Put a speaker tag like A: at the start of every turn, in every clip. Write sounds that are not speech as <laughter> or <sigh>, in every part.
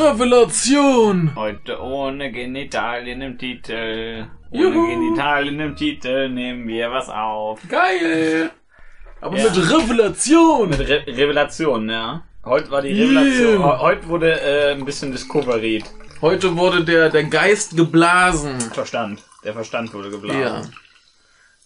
A: Travelation!
B: Heute ohne Genitalien im Titel. Ohne
A: Juhu.
B: Genitalien im Titel nehmen wir was auf.
A: Geil! Aber
B: Ja.
A: mit Revelation!
B: Mit Re Revelation, ja. Heute war die Revelation.
A: Yeah.
B: He- Heute wurde äh, ein bisschen Discovery.
A: Heute wurde der, der Geist geblasen.
B: Verstand. Der Verstand wurde
A: Ja.
B: geblasen.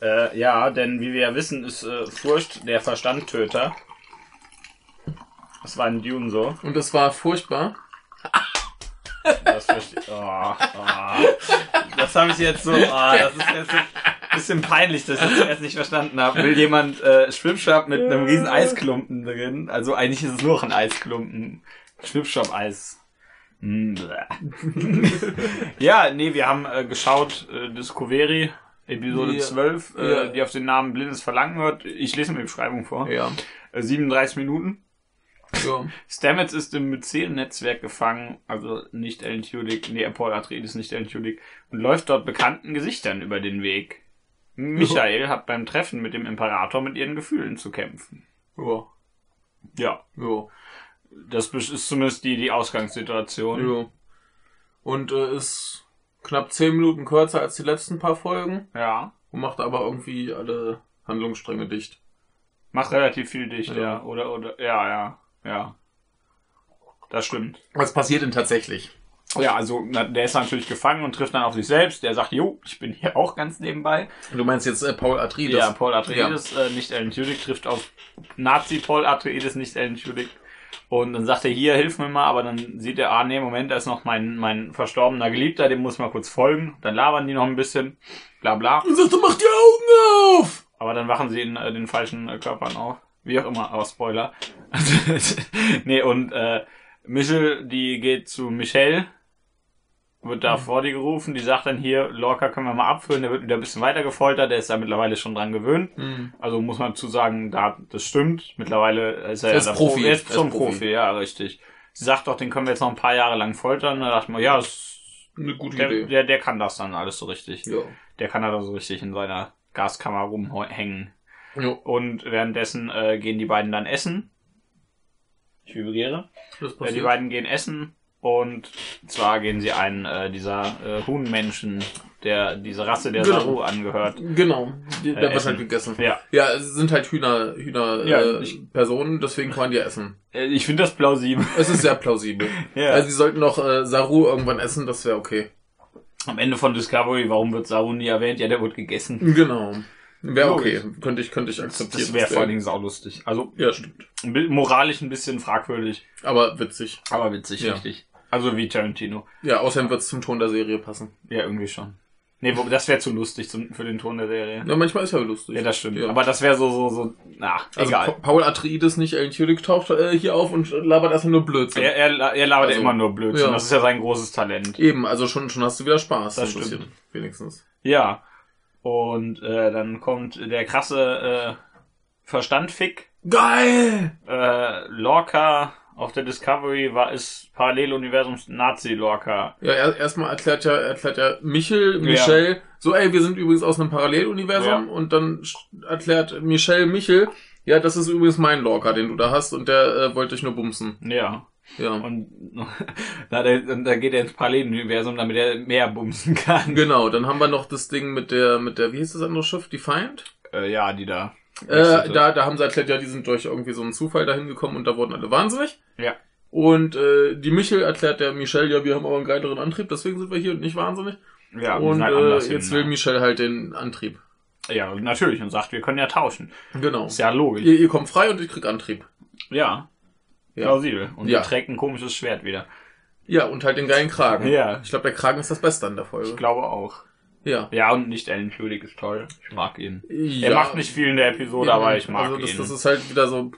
B: Ja, äh, ja denn wie wir ja wissen, ist äh, Furcht der Verstandtöter. Das war in Dune so.
A: Und das war furchtbar.
B: Das, verste- oh, oh. das habe ich jetzt so. Oh, das ist jetzt ein bisschen peinlich, dass ich das erst nicht verstanden habe. Will jemand äh, Schwimmschwapp mit einem riesen Eisklumpen drin? Also eigentlich ist es nur noch ein Eisklumpen. Schwimmschwapp-Eis. Mm,
A: <laughs>
B: bleh. ja, nee, wir haben äh, geschaut, äh, Discovery, Episode
A: Ja.
B: 12, äh,
A: Ja.
B: die auf den Namen Blindes Verlangen hört. Ich lese mir die Beschreibung vor.
A: Ja.
B: Äh, 37 Minuten.
A: ja.
B: Stamets ist im Myzel-Netzwerk gefangen, also nicht Alan Tudyk, nee, Paul Atreides, nicht Alan Tudyk, und läuft dort bekannten Gesichtern über den Weg. Michael hat beim Treffen mit dem Imperator mit ihren Gefühlen zu kämpfen.
A: Ja.
B: Ja,
A: Ja.
B: das ist zumindest die, die Ausgangssituation.
A: ja. Und äh, ist knapp 10 Minuten kürzer als die letzten paar Folgen
B: Ja.
A: und macht aber irgendwie alle Handlungsstränge dicht.
B: Macht relativ viel dicht, ja.
A: Ja.
B: Oder, oder, ja, ja, ja. Das stimmt.
A: Was passiert denn tatsächlich?
B: Ja, also, na, der ist natürlich gefangen und trifft dann auf sich selbst. Der sagt, jo, ich bin hier auch ganz nebenbei.
A: Du meinst jetzt äh, Paul Atreides?
B: Ja, Paul Atreides, äh, nicht Alan Tudyk, trifft auf Nazi Paul Atreides, nicht Alan Tudyk. Und dann sagt er, hier, hilf mir mal, aber dann sieht er, ah, nee, Moment, da ist noch mein, mein verstorbener Geliebter, dem muss man kurz folgen. Dann labern die noch ein bisschen, bla bla.
A: Und sagt, du mach die Augen auf!
B: Aber dann wachen sie in äh, den falschen äh, Körpern auf. Wie auch immer, aber Spoiler. <laughs> Also, nee, und äh, Michel, die geht zu Michelle, wird da vor die gerufen, die sagt dann hier, Lorca können wir mal abführen, der wird wieder ein bisschen weiter gefoltert, der ist da mittlerweile schon dran gewöhnt.
A: Mhm.
B: Also muss man dazu sagen, da, das stimmt. Mittlerweile ist er,
A: Er ist
B: ja
A: Profi.
B: Er ist
A: Er ist
B: schon Profi.
A: Profi.
B: ja, richtig. Sie sagt doch, den können wir jetzt noch ein paar Jahre lang foltern. Da dachte ich mir, ja, ist,
A: Eine gute
B: der,
A: Idee.
B: der, der kann das dann alles so richtig.
A: Ja.
B: Der kann da so richtig in seiner Gaskammer rumhängen.
A: ja.
B: Und währenddessen äh, gehen die beiden dann essen. Ich vibriere.
A: Das
B: Äh, die
A: passiert.
B: beiden gehen essen und zwar gehen sie einen äh, dieser äh, Huhnmenschen, der diese Rasse der
A: Genau.
B: Saru angehört.
A: Genau, die, da
B: Äh,
A: wird
B: essen.
A: halt gegessen.
B: Ja,
A: Ja, es sind halt Hühner, Hühner
B: Ja,
A: äh,
B: ich-
A: Personen, deswegen kann die essen.
B: Äh, ich finde das plausibel.
A: Es ist sehr plausibel.
B: <laughs> Ja.
A: Also sie sollten noch äh, Saru irgendwann essen, das wäre okay.
B: Am Ende von Discovery, warum wird Saru nie erwähnt? Ja, der wurde gegessen.
A: Genau. Wäre okay.
B: Logisch.
A: Könnte ich, könnte ich akzeptieren.
B: Das wäre vor allen Dingen saulustig. Also
A: Ja, stimmt.
B: ein bi- moralisch ein bisschen fragwürdig,
A: Aber witzig.
B: aber witzig,
A: Ja.
B: richtig. Also wie Tarantino.
A: Ja, außerdem wird es zum Ton der Serie passen.
B: Ja, irgendwie schon. Nee, wo- das wäre zu lustig zum, für den Ton der Serie.
A: Ja, manchmal ist ja lustig.
B: Ja, das stimmt.
A: Ja.
B: Aber das wäre so, so, so, na,
A: also
B: egal.
A: Pa- Paul Atreides nicht, Alan Tudyk taucht äh, hier auf und labert erstmal nur Blödsinn.
B: Er, er, la- er labert ja
A: Also,
B: immer nur Blödsinn.
A: ja.
B: Das ist ja sein großes Talent.
A: Eben, also schon, schon hast du wieder Spaß.
B: Das
A: ein
B: stimmt.
A: bisschen, wenigstens.
B: Ja. Und äh, dann kommt der krasse äh, Verstandfick.
A: Geil!
B: Äh, Lorca auf der Discovery war ist Paralleluniversums Nazi Lorca.
A: Ja, er, erstmal erklärt ja, erklärt ja Michel, Michel, so, ey, wir sind übrigens aus einem Paralleluniversum und dann sch- erklärt Michel, Michel, ja, das ist übrigens mein Lorca, den du da hast und der äh, wollte dich nur bumsen.
B: Ja.
A: Ja.
B: Und <laughs> da, da, da geht er ins Paralleluniversum, damit er mehr bumsen kann.
A: Genau, dann haben wir noch das Ding mit der, mit der, wie hieß das andere Schiff, die Feind?
B: <laughs> Äh, ja, die da.
A: Äh, da, da haben sie erklärt, ja, die sind durch irgendwie so einen Zufall dahin gekommen und da wurden alle wahnsinnig.
B: Ja.
A: Und äh, die Michel erklärt der Michel, ja, wir haben aber einen geileren Antrieb, deswegen sind wir hier und nicht wahnsinnig.
B: ja, die
A: und
B: sind halt
A: äh,
B: anders hin,
A: jetzt will
B: ne?
A: Michel halt den Antrieb.
B: Ja, natürlich. Und sagt, wir können ja tauschen.
A: Genau.
B: Ist ja logisch.
A: Ihr, ihr kommt frei und ich krieg Antrieb.
B: Ja.
A: Ja.
B: Plausibel. Und
A: Ja.
B: er trägt ein komisches Schwert wieder.
A: Ja, und halt den geilen Kragen.
B: Ja.
A: Ich glaube, der Kragen ist das Beste an der
B: Ich
A: Folge.
B: glaube auch.
A: Ja.
B: Ja, und nicht Alan Tudyk ist toll. Ich mag ihn.
A: ja.
B: Er macht nicht viel in der Episode, aber ich mag
A: also das,
B: ihn.
A: das ist halt wieder so.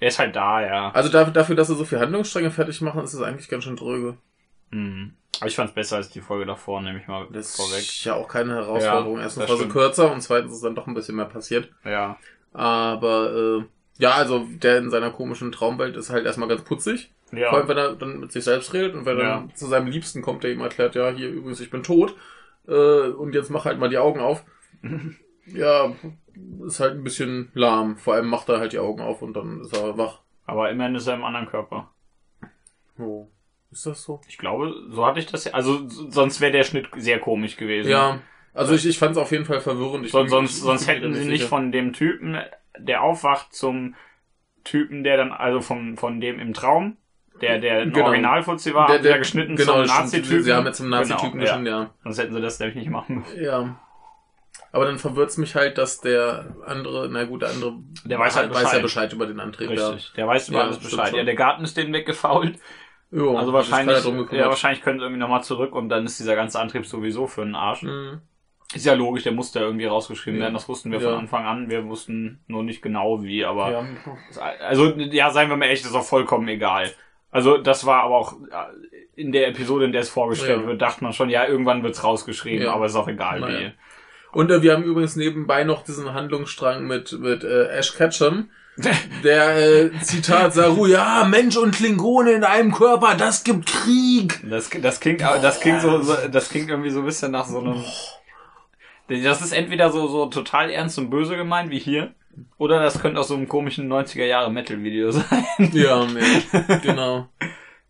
B: er ist halt da, ja.
A: Also dafür, dafür, dass sie so viel Handlungsstränge fertig machen, ist es eigentlich ganz schön dröge.
B: Hm. Aber ich fand's besser als die Folge davor, nehme ich mal
A: Das
B: vorweg.
A: ist ja auch keine Herausforderung.
B: Ja,
A: Erstens
B: das
A: war sie
B: stimmt.
A: kürzer und zweitens ist dann doch ein bisschen mehr passiert.
B: Ja.
A: Aber äh, ja, also der in seiner komischen Traumwelt ist halt erstmal ganz putzig. Vor
B: Ja.
A: allem, wenn er dann mit sich selbst redet und wenn er
B: Ja.
A: dann zu seinem Liebsten kommt, der ihm erklärt, ja, hier übrigens, ich bin tot. Äh, und jetzt mach halt mal die
B: <laughs>
A: Augen auf. Ja, ist halt ein bisschen lahm. Vor allem macht er halt die Augen auf und dann ist er wach.
B: Aber immerhin ist er im anderen Körper.
A: Oh. Ist das so?
B: Ich glaube, so hatte ich das ja. Also, s- sonst wäre der Schnitt sehr komisch gewesen.
A: Ja. Also ich, ich fand es auf jeden Fall verwirrend. Ich
B: So,
A: bin-
B: sonst
A: ich bin
B: sonst
A: mir da
B: hätten sie
A: sicher.
B: nicht von dem Typen, der aufwacht, zum Typen, der dann, also von, von dem im Traum, der, der ein
A: Genau.
B: Originalfuzzi war,
A: Der-
B: haben sie
A: der-
B: ja geschnitten
A: genau,
B: zum
A: stimmt.
B: Nazi-Typen.
A: Sie haben jetzt zum Nazi-Typen
B: Genau,
A: geschnitten, ja.
B: Ja. Sonst hätten sie das nämlich nicht machen müssen.
A: Ja. Aber dann verwirrt's mich halt, dass der andere, na gut, der andere
B: Der weiß halt
A: weiß ja
B: Bescheid.
A: Bescheid über den Antrieb.
B: Richtig. Der weiß über
A: Ja,
B: alles
A: stimmt
B: Bescheid.
A: schon.
B: Ja, der Garten ist denen weggefault.
A: Ja. Jo,
B: Also
A: hat sich keiner
B: wahrscheinlich,
A: drum
B: ja,
A: gekümmert.
B: wahrscheinlich können sie irgendwie nochmal zurück und dann ist dieser ganze Antrieb sowieso für einen Arsch.
A: Mhm.
B: Ist ja logisch, der musste ja irgendwie rausgeschrieben
A: Ja.
B: werden. Das wussten wir
A: Ja.
B: von Anfang an. Wir wussten nur nicht genau wie, aber
A: Ja.
B: also ja, seien wir mal ehrlich, das ist auch vollkommen egal. Also das war aber auch äh, in der Episode, in der es vorgestellt
A: Ja.
B: wird, dachte man schon, ja, irgendwann wird's rausgeschrieben,
A: Ja.
B: aber ist auch egal
A: Naja. Und äh, wir haben übrigens nebenbei noch diesen Handlungsstrang mit, mit äh, Ash <laughs> Ketchum. Der äh, Zitat Saru, ja, Mensch und Klingone in einem Körper, das gibt Krieg.
B: wie. Das, das klingt, aber das klingt so, so, das klingt irgendwie so ein bisschen nach so einem. Das ist entweder so so total ernst und böse gemeint wie hier, oder das könnte aus so einem komischen 90er Jahre Metal Video <laughs> sein,
A: Ja, ja <laughs> genau.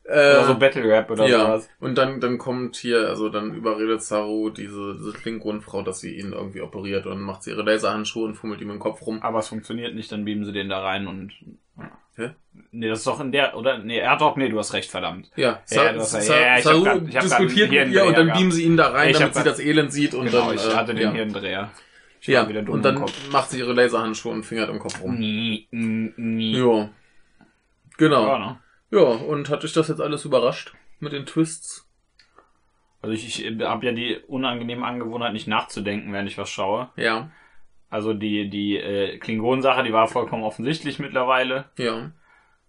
A: Äh,
B: oder so Battle Rap oder
A: ja,
B: sowas.
A: und dann, dann kommt hier, also dann überredet Saru diese, diese Klingonenfrau, dass sie ihn irgendwie operiert und macht sie ihre Laserhandschuhe und fummelt ihm im Kopf rum.
B: Aber es funktioniert nicht, dann beamen sie den da rein und.
A: Hä?
B: Nee, das ist doch in der, oder? Nee, er hat doch, nee, du hast recht, verdammt.
A: Ja,
B: Ja,
A: Sa
B: du hast ja-
A: Sa
B: ja, ja, ich hab
A: Saru
B: grad- ich hab grad einen
A: diskutiert mit ihr und
B: Hirndreher
A: dann beamen sie ihn da rein,
B: Ja, ich
A: damit
B: hab
A: sie
B: grad-
A: das Elend sieht und
B: Genau,
A: dann.
B: ich hatte
A: äh,
B: den
A: ja.
B: Hirndreher. Ich
A: Ja,
B: war wieder dumm
A: und dann
B: im Kopf. Mhm.
A: macht sie ihre Laserhandschuhe und fingert im Kopf rum.
B: Nie, nie, nie.
A: Ja.
B: Ja,
A: Genau.
B: ne?
A: Ja, und hat dich das jetzt alles überrascht mit den Twists?
B: Also ich, ich habe ja die unangenehme Angewohnheit, nicht nachzudenken, während ich was schaue.
A: Ja,
B: Also die, die äh, Klingonen-Sache, die war vollkommen offensichtlich mittlerweile.
A: ja.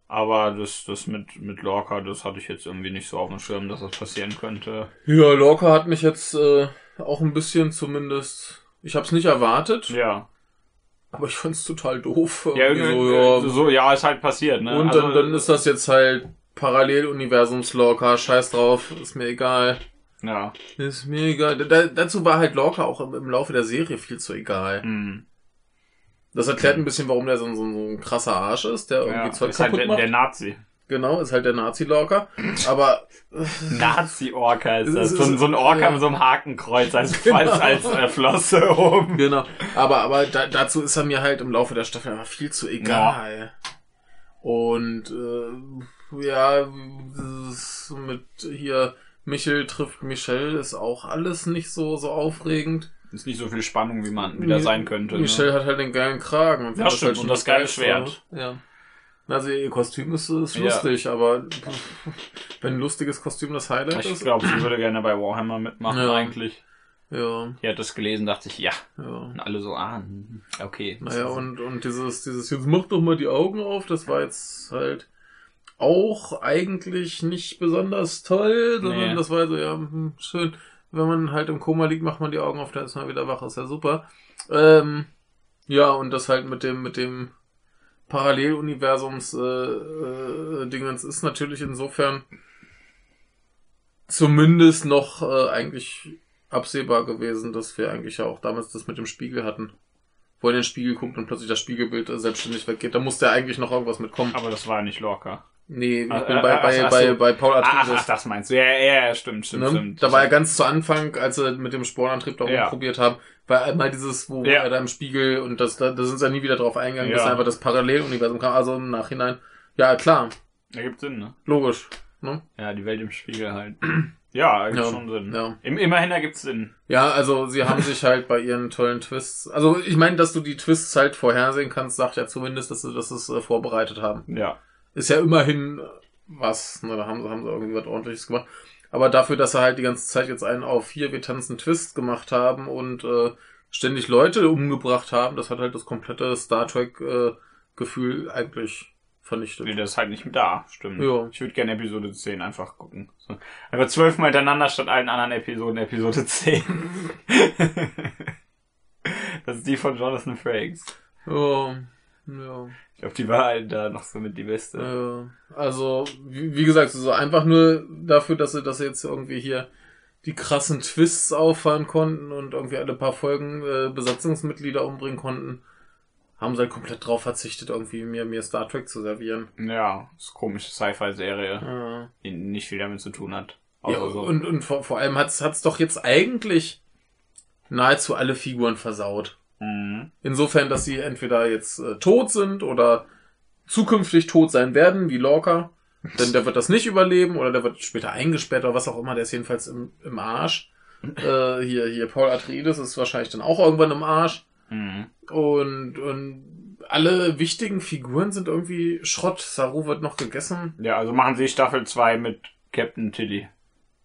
B: Aber das, das mit, mit Lorca, das hatte ich jetzt irgendwie nicht so auf dem Schirm, dass das passieren könnte.
A: Ja, Lorca hat mich jetzt äh, auch ein bisschen zumindest. Ich hab's nicht erwartet,
B: Ja.
A: aber ich fand's total doof.
B: Ja,
A: irgendwie
B: irgendwie, äh,
A: so, ja.
B: so, ja, ist halt passiert, ne?
A: Und
B: Also,
A: dann, dann ist das jetzt halt Paralleluniversums-Lorca, scheiß drauf, ist mir egal.
B: Ja.
A: Ist mir egal. Da, dazu war halt Lorca auch im, im Laufe der Serie viel zu egal.
B: Hm.
A: Das erklärt ein bisschen, warum der so, so, so ein krasser Arsch ist, der irgendwie
B: ja. Ist
A: Zeug
B: halt
A: kaputt
B: der,
A: macht.
B: der Nazi.
A: Genau, ist halt der Nazi-Lorca.
B: <laughs>
A: Aber
B: Nazi-Orca ist das.
A: Es
B: So,
A: ist-
B: ein- so ein Orca
A: ja.
B: mit so einem Hakenkreuz <laughs> als,
A: Genau.
B: als, als äh, Flosse oben.
A: genau. Aber, aber da, dazu ist er mir halt im Laufe der Staffel einfach viel zu egal. Und äh, ja, dieses mit hier Michel trifft Michelle ist auch alles nicht so, so aufregend.
B: Ist nicht so viel Spannung, wie man wieder sein könnte. ne?
A: Michelle hat halt den geilen Kragen. Und
B: Ja,
A: findet
B: stimmt,
A: halt
B: und das geile
A: geil,
B: Schwert.
A: aber- Ja. Also ihr Kostüm ist, ist
B: Ja.
A: lustig, aber <laughs> pff, wenn ein lustiges Kostüm das
B: ne?
A: Highlight
B: Ich
A: ist.
B: glaube, sie würde gerne bei Warhammer mitmachen
A: Ja.
B: eigentlich.
A: Ja,
B: Die hat das gelesen, dachte ich, ja.
A: ja.
B: Und alle so, ah, hm, okay.
A: Naja, und, und dieses, dieses, jetzt mach doch mal die Augen auf, das war jetzt halt auch eigentlich nicht besonders toll, sondern
B: Nee.
A: das war so, ja, hm, schön. Wenn man halt im Koma liegt, macht man die Augen auf, dann ist man wieder wach, ist ja super. Ähm, ja, und das halt mit dem, mit dem Paralleluniversums äh, äh, Dingens ist natürlich insofern zumindest noch äh, eigentlich absehbar gewesen, dass wir eigentlich ja auch damals das mit dem Spiegel hatten. Wo er in den Spiegel guckt und plötzlich das Spiegelbild äh, selbstständig weggeht. Da musste ja eigentlich noch irgendwas mitkommen.
B: Aber das war nicht Locker.
A: Nee, ich
B: Ach,
A: bin
B: äh,
A: bei,
B: ach,
A: bei,
B: ach
A: bei,
B: so. Ah,
A: bei Paul
B: Ach, ach,
A: Atreides.
B: das meinst du. Ja, ja, ja, stimmt, stimmt,
A: Ne?
B: stimmt.
A: Da war ja ganz zu Anfang, als sie mit dem Spornantrieb da
B: Ja.
A: rumprobiert haben, war einmal dieses, wo
B: Ja.
A: er da im Spiegel und das, da, da sind sie ja nie wieder drauf eingegangen, dass
B: Ja.
A: einfach das Paralleluniversum kam. Also im Nachhinein, ja klar,
B: Ergibt Sinn, ne?
A: logisch. Ne?
B: Ja, die Welt im Spiegel halt. Ja, ergibt
A: Ja,
B: schon Sinn.
A: ja.
B: Im, immerhin ergibt Sinn.
A: Ja, also sie haben sich halt bei ihren tollen Twists. Also ich meine, dass du die Twists halt vorhersehen kannst, sagt ja zumindest, dass sie dass sie es äh, vorbereitet haben.
B: Ja.
A: Ist ja immerhin äh, was, ne? Da haben sie, haben sie irgendwie was ordentliches gemacht. Aber dafür, dass sie halt die ganze Zeit jetzt einen auf hier, wir tanzen Twist gemacht haben und äh, ständig Leute umgebracht haben, das hat halt das komplette Star Trek-Gefühl eigentlich
B: Nee,
A: vernichtet.
B: das ist halt nicht da, stimmt.
A: Ja.
B: Ich würde gerne Episode 10 einfach gucken. So. Aber zwölfmal hintereinander statt allen anderen Episoden Episode 10. <laughs> das ist die von Jonathan Frakes.
A: Ja, ja.
B: Ich glaube, die war halt da noch so mit die beste.
A: Äh, also, wie, wie gesagt, so einfach nur dafür, dass sie, dass sie jetzt irgendwie hier die krassen Twists auffahren konnten und irgendwie alle paar Folgen äh, Besatzungsmitglieder umbringen konnten, haben sie halt komplett drauf verzichtet, irgendwie mir, mir Star Trek zu servieren.
B: Ja, das ist eine komische Sci-Fi-Serie,
A: Ja.
B: die nicht viel damit zu tun hat.
A: Ja,
B: Außer so.
A: und, und vor, vor allem hat's hat's doch jetzt eigentlich nahezu alle Figuren versaut.
B: Mhm.
A: Insofern, dass sie entweder jetzt äh, tot sind oder zukünftig tot sein werden, wie Lorca. Denn der wird das nicht überleben oder der wird später eingesperrt oder was auch immer. Der ist jedenfalls im, im Arsch. Äh, hier, hier, Paul Atreides ist wahrscheinlich dann auch irgendwann im Arsch.
B: Mhm.
A: Und, und alle wichtigen Figuren sind irgendwie Schrott. Saru wird noch gegessen.
B: Ja, also machen sie Staffel 2 mit Captain Tilly.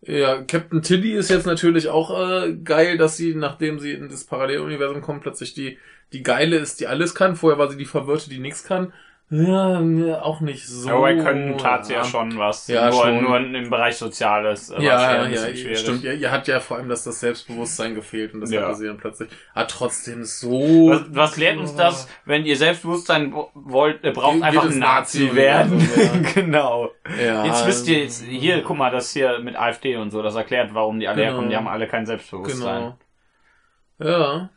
A: Ja, Captain Tilly ist jetzt natürlich auch äh, geil, dass sie, nachdem sie in das Paralleluniversum kommt, plötzlich die, die Geile ist, die alles kann. Vorher war sie die Verwirrte, die nichts kann. Ja, ne, auch nicht so.
B: Aber wir können tat ja
A: ja
B: schon was.
A: Ja,
B: nur,
A: schon.
B: nur im Bereich Soziales. äh, war's
A: Ja,
B: ein
A: ja,
B: bisschen
A: ja
B: schwierig.
A: stimmt. Ihr, ihr hat ja vor allem das, das Selbstbewusstsein gefehlt und das
B: Ja.
A: hatte sie dann plötzlich. Hat trotzdem so.
B: Was, was lehrt uns das, wenn ihr Selbstbewusstsein wo- wollt, ihr braucht
A: Geht-
B: einfach
A: geht es
B: ein Nazi
A: Nazi
B: werden. <laughs>
A: werden,
B: genau.
A: Ja, also,
B: Jetzt wisst ihr, jetzt, hier, guck mal, das hier mit AfD und so, das erklärt, warum die alle
A: Genau.
B: herkommen. Die haben alle kein Selbstbewusstsein.
A: Genau. Ja.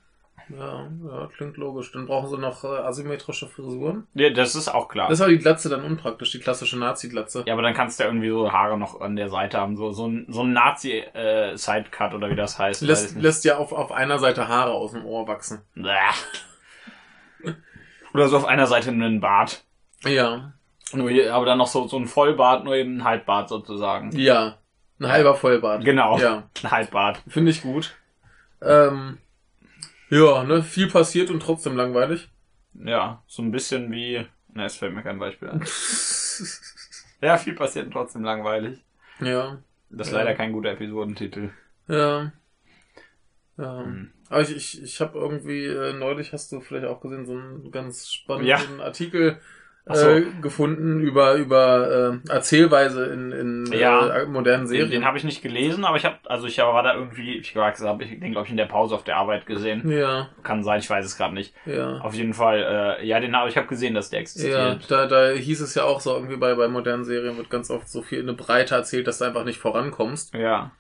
A: Ja, ja, klingt logisch. Dann brauchen sie noch äh, asymmetrische Frisuren.
B: Ja, das ist auch klar.
A: Das war die Glatze dann unpraktisch, die klassische Nazi-Glatze.
B: ja, aber dann kannst du ja irgendwie so Haare noch an der Seite haben, so, so ein, so ein Nazi-Sidecut oder wie das heißt. weiß
A: lässt,
B: ich nicht.
A: lässt ja auf, auf einer Seite Haare aus dem Ohr wachsen.
B: Bäh. Oder so auf einer Seite einen Bart.
A: Ja.
B: Nur hier, aber dann noch so, so ein Vollbart, nur eben ein Halbbart sozusagen.
A: Ja. Ein halber Vollbart.
B: Genau.
A: Ja.
B: Ein Halbbart.
A: Finde ich gut. Ähm, ja, ne, viel passiert und trotzdem
B: <laughs>
A: langweilig.
B: Ja, so ein bisschen wie. Na, es fällt mir kein Beispiel ein. Ja, viel passiert und trotzdem langweilig.
A: ja.
B: Das ist
A: Ja.
B: leider kein guter Episodentitel.
A: Ja. Ja.
B: Hm.
A: Aber ich, ich, ich habe irgendwie, äh, neulich hast du vielleicht auch gesehen, so einen ganz spannenden
B: Ja.
A: Artikel
B: Ach so.
A: äh, gefunden über, über äh, Erzählweise in, in
B: Ja.
A: äh, modernen
B: Den, den
A: Serien.
B: habe ich nicht gelesen, aber ich habe, also ich war da irgendwie, ich war gesagt, ich den glaube ich in der Pause auf der Arbeit gesehen.
A: ja,
B: Kann sein, ich weiß es gerade nicht.
A: ja.
B: Auf jeden Fall, äh, ja, den habe ich habe gesehen, dass der
A: Ja,
B: existiert.
A: da, da hieß es ja auch so, irgendwie bei, bei modernen Serien wird ganz oft so viel in eine Breite erzählt, dass du einfach nicht vorankommst.
B: Ja.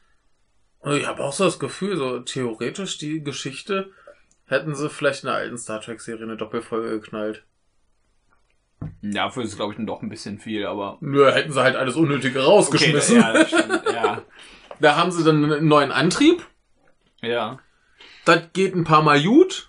A: Und ich habe auch so das Gefühl, so theoretisch die Geschichte hätten sie vielleicht in der alten Star Trek-Serie eine Doppelfolge geknallt.
B: Dafür ist es, glaube ich, doch ein bisschen viel, aber.
A: Nö, hätten sie halt alles Unnötige rausgeschmissen.
B: Okay, ja, das stimmt, ja.
A: Da haben sie dann einen neuen Antrieb,
B: Ja.
A: das geht ein paar Mal gut,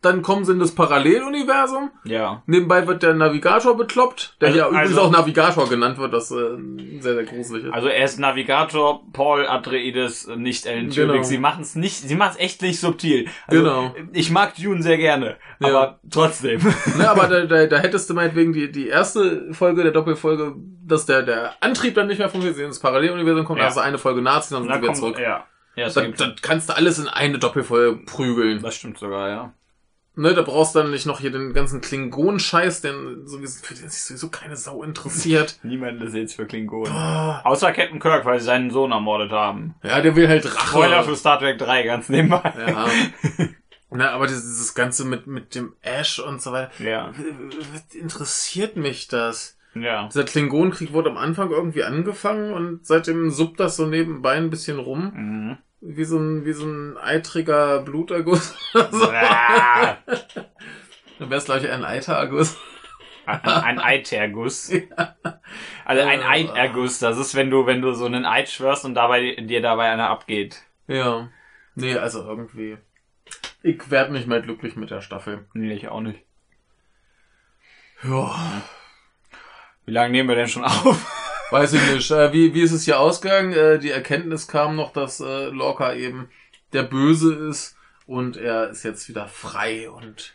A: dann kommen sie in das Paralleluniversum,
B: Ja.
A: nebenbei wird der Navigator bekloppt, der
B: Also-
A: ja übrigens
B: also-
A: auch Navigator genannt wird, das äh, sehr, sehr gruselig ist.
B: Also er ist Navigator, Paul Atreides, nicht Alan Tudyk.
A: Genau.
B: Sie machen es nicht, sie machen es echt nicht subtil. Also,
A: Genau.
B: Ich mag Dune sehr gerne,
A: Ja.
B: aber
A: <laughs>
B: trotzdem.
A: Ne, aber da, da, da hättest du meinetwegen die, die erste Folge der Doppelfolge, dass der, der Antrieb dann nicht mehr funktioniert, ins Paralleluniversum kommt,
B: Ja.
A: dann hast du eine Folge Nazi, dann äh, sind
B: Dann
A: sie wieder
B: kommt,
A: zurück.
B: Ja. Ja, das,
A: Das,
B: das,
A: das kannst du alles in eine Doppelfolge prügeln.
B: das stimmt sogar, ja.
A: Ne, da brauchst du dann nicht noch hier den ganzen Klingonen-Scheiß, den sowieso, für den sich sowieso keine Sau interessiert.
B: Niemand ist jetzt für Klingonen.
A: Ah,
B: Außer Captain Kirk, weil sie seinen Sohn ermordet haben.
A: <laughs> Ja, der will halt Rache.
B: Spoiler für Star Trek 3, ganz nebenbei.
A: <laughs> ja. Na, aber dieses, dieses Ganze mit, mit dem Ash und so weiter,
B: Ja.
A: w- w- interessiert mich das?
B: <laughs> Ja.
A: Dieser Klingonenkrieg wurde am Anfang irgendwie angefangen und seitdem suppt das so nebenbei ein bisschen rum.
B: Mhm.
A: Wie so ein, wie so ein eitriger Bluterguss. <laughs> so.
B: Ah,
A: Dann wär's, glaube ich, ein Eiterguss.
B: <laughs> Ein, ein Eiterguss. Also ein Eiterguss, das ist, wenn du, wenn du so einen Eid schwörst und dabei dir dabei einer abgeht.
A: Ja. Nee, also irgendwie. Ich werd nicht mehr glücklich mit der Staffel.
B: Nee, ich auch nicht.
A: Ja.
B: Wie lange nehmen wir denn schon
A: <laughs>
B: auf?
A: Weiß ich nicht. Äh, wie, wie ist es hier ausgegangen? Äh, die Erkenntnis kam noch, dass äh, Lorca eben der Böse ist und er ist jetzt wieder frei und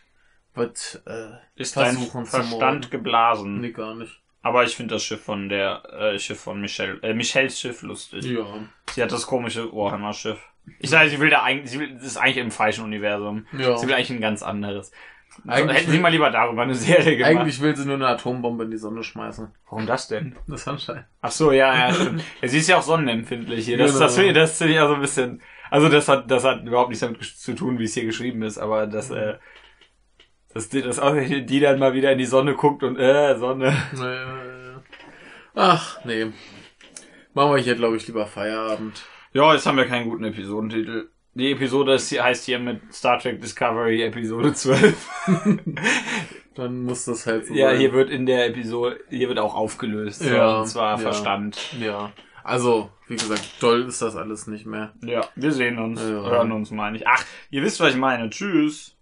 A: wird äh,
B: Ist
A: Versuchen
B: dein
A: zu
B: Verstand
A: morden.
B: geblasen.
A: Nee, gar nicht.
B: Aber ich finde das Schiff von der, äh, Schiff von Michelle, äh, Michelles Schiff lustig.
A: Ja.
B: Sie hat das komische Warhammer-Schiff. Ich sage, sie will da eigentlich, sie will, das ist eigentlich im falschen Universum.
A: Ja.
B: Sie will eigentlich ein ganz anderes. Also
A: Eigentlich
B: Hätten sie
A: will-
B: mal lieber darüber eine Serie gemacht.
A: Eigentlich will sie nur eine Atombombe in die Sonne schmeißen.
B: Warum das denn?
A: The Sunshine.
B: Ach so, ja, <laughs> ja, stimmt. Ja, sie ist ja auch sonnenempfindlich hier. Das,
A: Genau.
B: das, finde ich- das finde ich ja so ein bisschen. Also das hat, das hat überhaupt nichts damit gesch- zu tun, wie es hier geschrieben ist, aber das, äh, dass die, dass auch die dann mal wieder in die Sonne guckt und äh, Sonne.
A: Naja. Ach, nee. Machen wir hier, glaube ich, lieber Feierabend.
B: Ja, jetzt haben wir keinen guten Episodentitel. Die Episode ist hier, heißt hier mit Star Trek Discovery Episode <laughs> 12.
A: Dann muss das halt so
B: ja,
A: sein.
B: hier wird in der Episode, hier wird auch aufgelöst.
A: Ja,
B: so, und zwar
A: ja.
B: Verstand.
A: Ja. Also, wie gesagt, toll ist das alles nicht mehr.
B: Ja, wir sehen uns,
A: Ja.
B: hören uns, meine ich. Ach, ihr wisst, was ich meine. Tschüss.